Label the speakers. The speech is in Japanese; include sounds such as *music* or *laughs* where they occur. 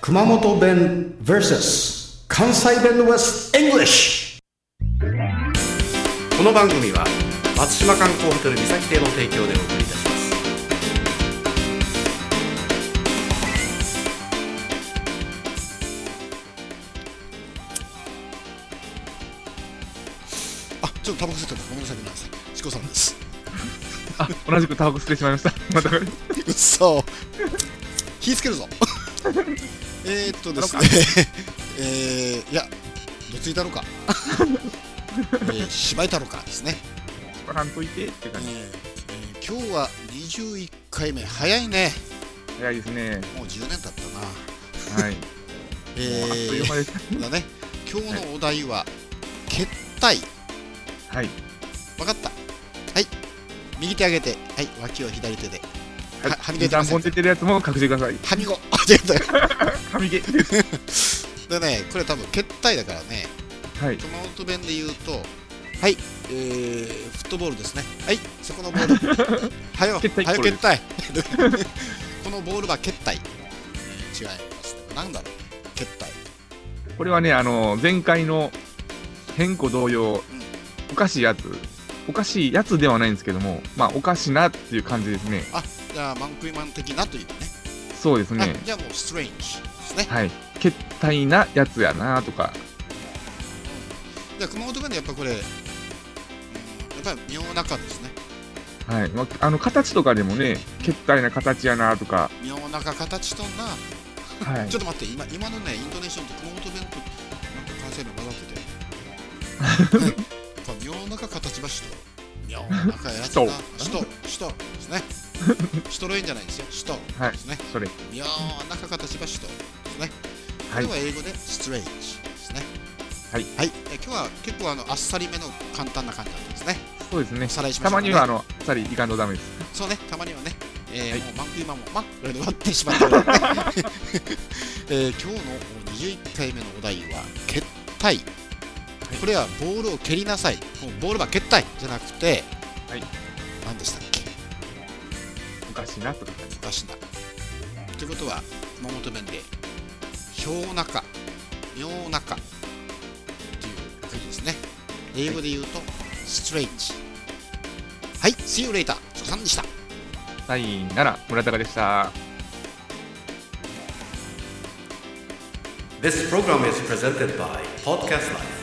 Speaker 1: 熊本弁 VS 関西弁 West English
Speaker 2: この番組は松島観光ホテル三崎亭の提供でお送りいたします
Speaker 3: あ、ちょっとタバコ吸ってた。ごめんなさい、ごめんなさい。チコさんです。
Speaker 4: あ、同じくタバコ吸ってしまいました。 *laughs* またこれ。
Speaker 3: うっそ。火つける
Speaker 4: *laughs*
Speaker 3: ぞ。えーっとですね。えー、いや、どついたの
Speaker 4: *laughs*
Speaker 3: か。えー、しばいたのかですね。
Speaker 4: こらんといてって
Speaker 3: え
Speaker 4: 感じ。
Speaker 3: ーえー今日は21回目。早いね。
Speaker 4: 早いですね。
Speaker 3: もう10年経ったな。
Speaker 4: はい。
Speaker 3: え
Speaker 4: あっという間です。
Speaker 3: ー、だね。今日のお題は、決体。
Speaker 4: はい。
Speaker 3: わかった。はい。右手上げて、はい、脇を左手で。ははみ出てま
Speaker 4: 段
Speaker 3: せん
Speaker 4: 本出てるやつも隠してください。
Speaker 3: はみご。あ、違った。
Speaker 4: 髪毛。
Speaker 3: でね、これ多分決体だからね、
Speaker 4: はい。
Speaker 3: 熊本弁で言うと、はい、えー、フットボールですね。はい、そこのボール。はよ、はよ
Speaker 4: 決
Speaker 3: 決
Speaker 4: 体これです
Speaker 3: 体。 *laughs* このボールは決体。違いますね。なんだろう、決体。
Speaker 4: これはね、あの、前回の変更同様、おかしいやつ。おかしいやつではないんですけども、まあ、おかしなっていう感じですね。
Speaker 3: あ、じゃあ、マンクイマン的なというね。
Speaker 4: そうですね
Speaker 3: あ。じゃあもう、ストレンジですね。
Speaker 4: はい。決体なやつやなとか。
Speaker 3: じゃあ、熊本弁でやっぱこれ、うんやっぱり妙な感ですね。
Speaker 4: はい。まあ、あの、形とかでもね、決体な形やなとか。
Speaker 3: 妙な形とな、
Speaker 4: はい
Speaker 3: ちょ。っと待って、今今のね、インドネシアンと熊本弁と、なんか関西弁混ざってて。や
Speaker 4: *laughs*
Speaker 3: っぱ妙なか形ばしと、妙なかやつな、しと、しとです
Speaker 4: *laughs*
Speaker 3: ね。しとろいんじゃないですよ、しと
Speaker 4: はい
Speaker 3: ですね。
Speaker 4: それ。
Speaker 3: 妙なか形ばしとですね。
Speaker 4: はい
Speaker 3: これは英語でストレージですね。
Speaker 4: はい
Speaker 3: はい、え今日は結構あのあっさりめの簡単な感じなんですね。
Speaker 4: そうですね
Speaker 3: お。さらいしま
Speaker 4: た
Speaker 3: しょう
Speaker 4: ま
Speaker 3: かね
Speaker 4: には、あの、あっさりいかんとダメです。
Speaker 3: そうね、たまにはね、えー
Speaker 4: はい
Speaker 3: もうマンク今も、ま、これで終わってしまった
Speaker 4: *laughs*
Speaker 3: ので、えー、今日の21回目のお題は、決体。これはボールを蹴りなさい。もうボールは蹴ったいじゃなくて、
Speaker 4: はい
Speaker 3: 何でしたっけ
Speaker 4: おかしいなとか。
Speaker 3: おかしな。ということは、熊本弁で、表中、妙中という感じですね。英語で言うと、ストレンジ。はい、See you later! チョコさんでした。
Speaker 4: さいなら、村高でした。
Speaker 2: This program is presented by Podcast Life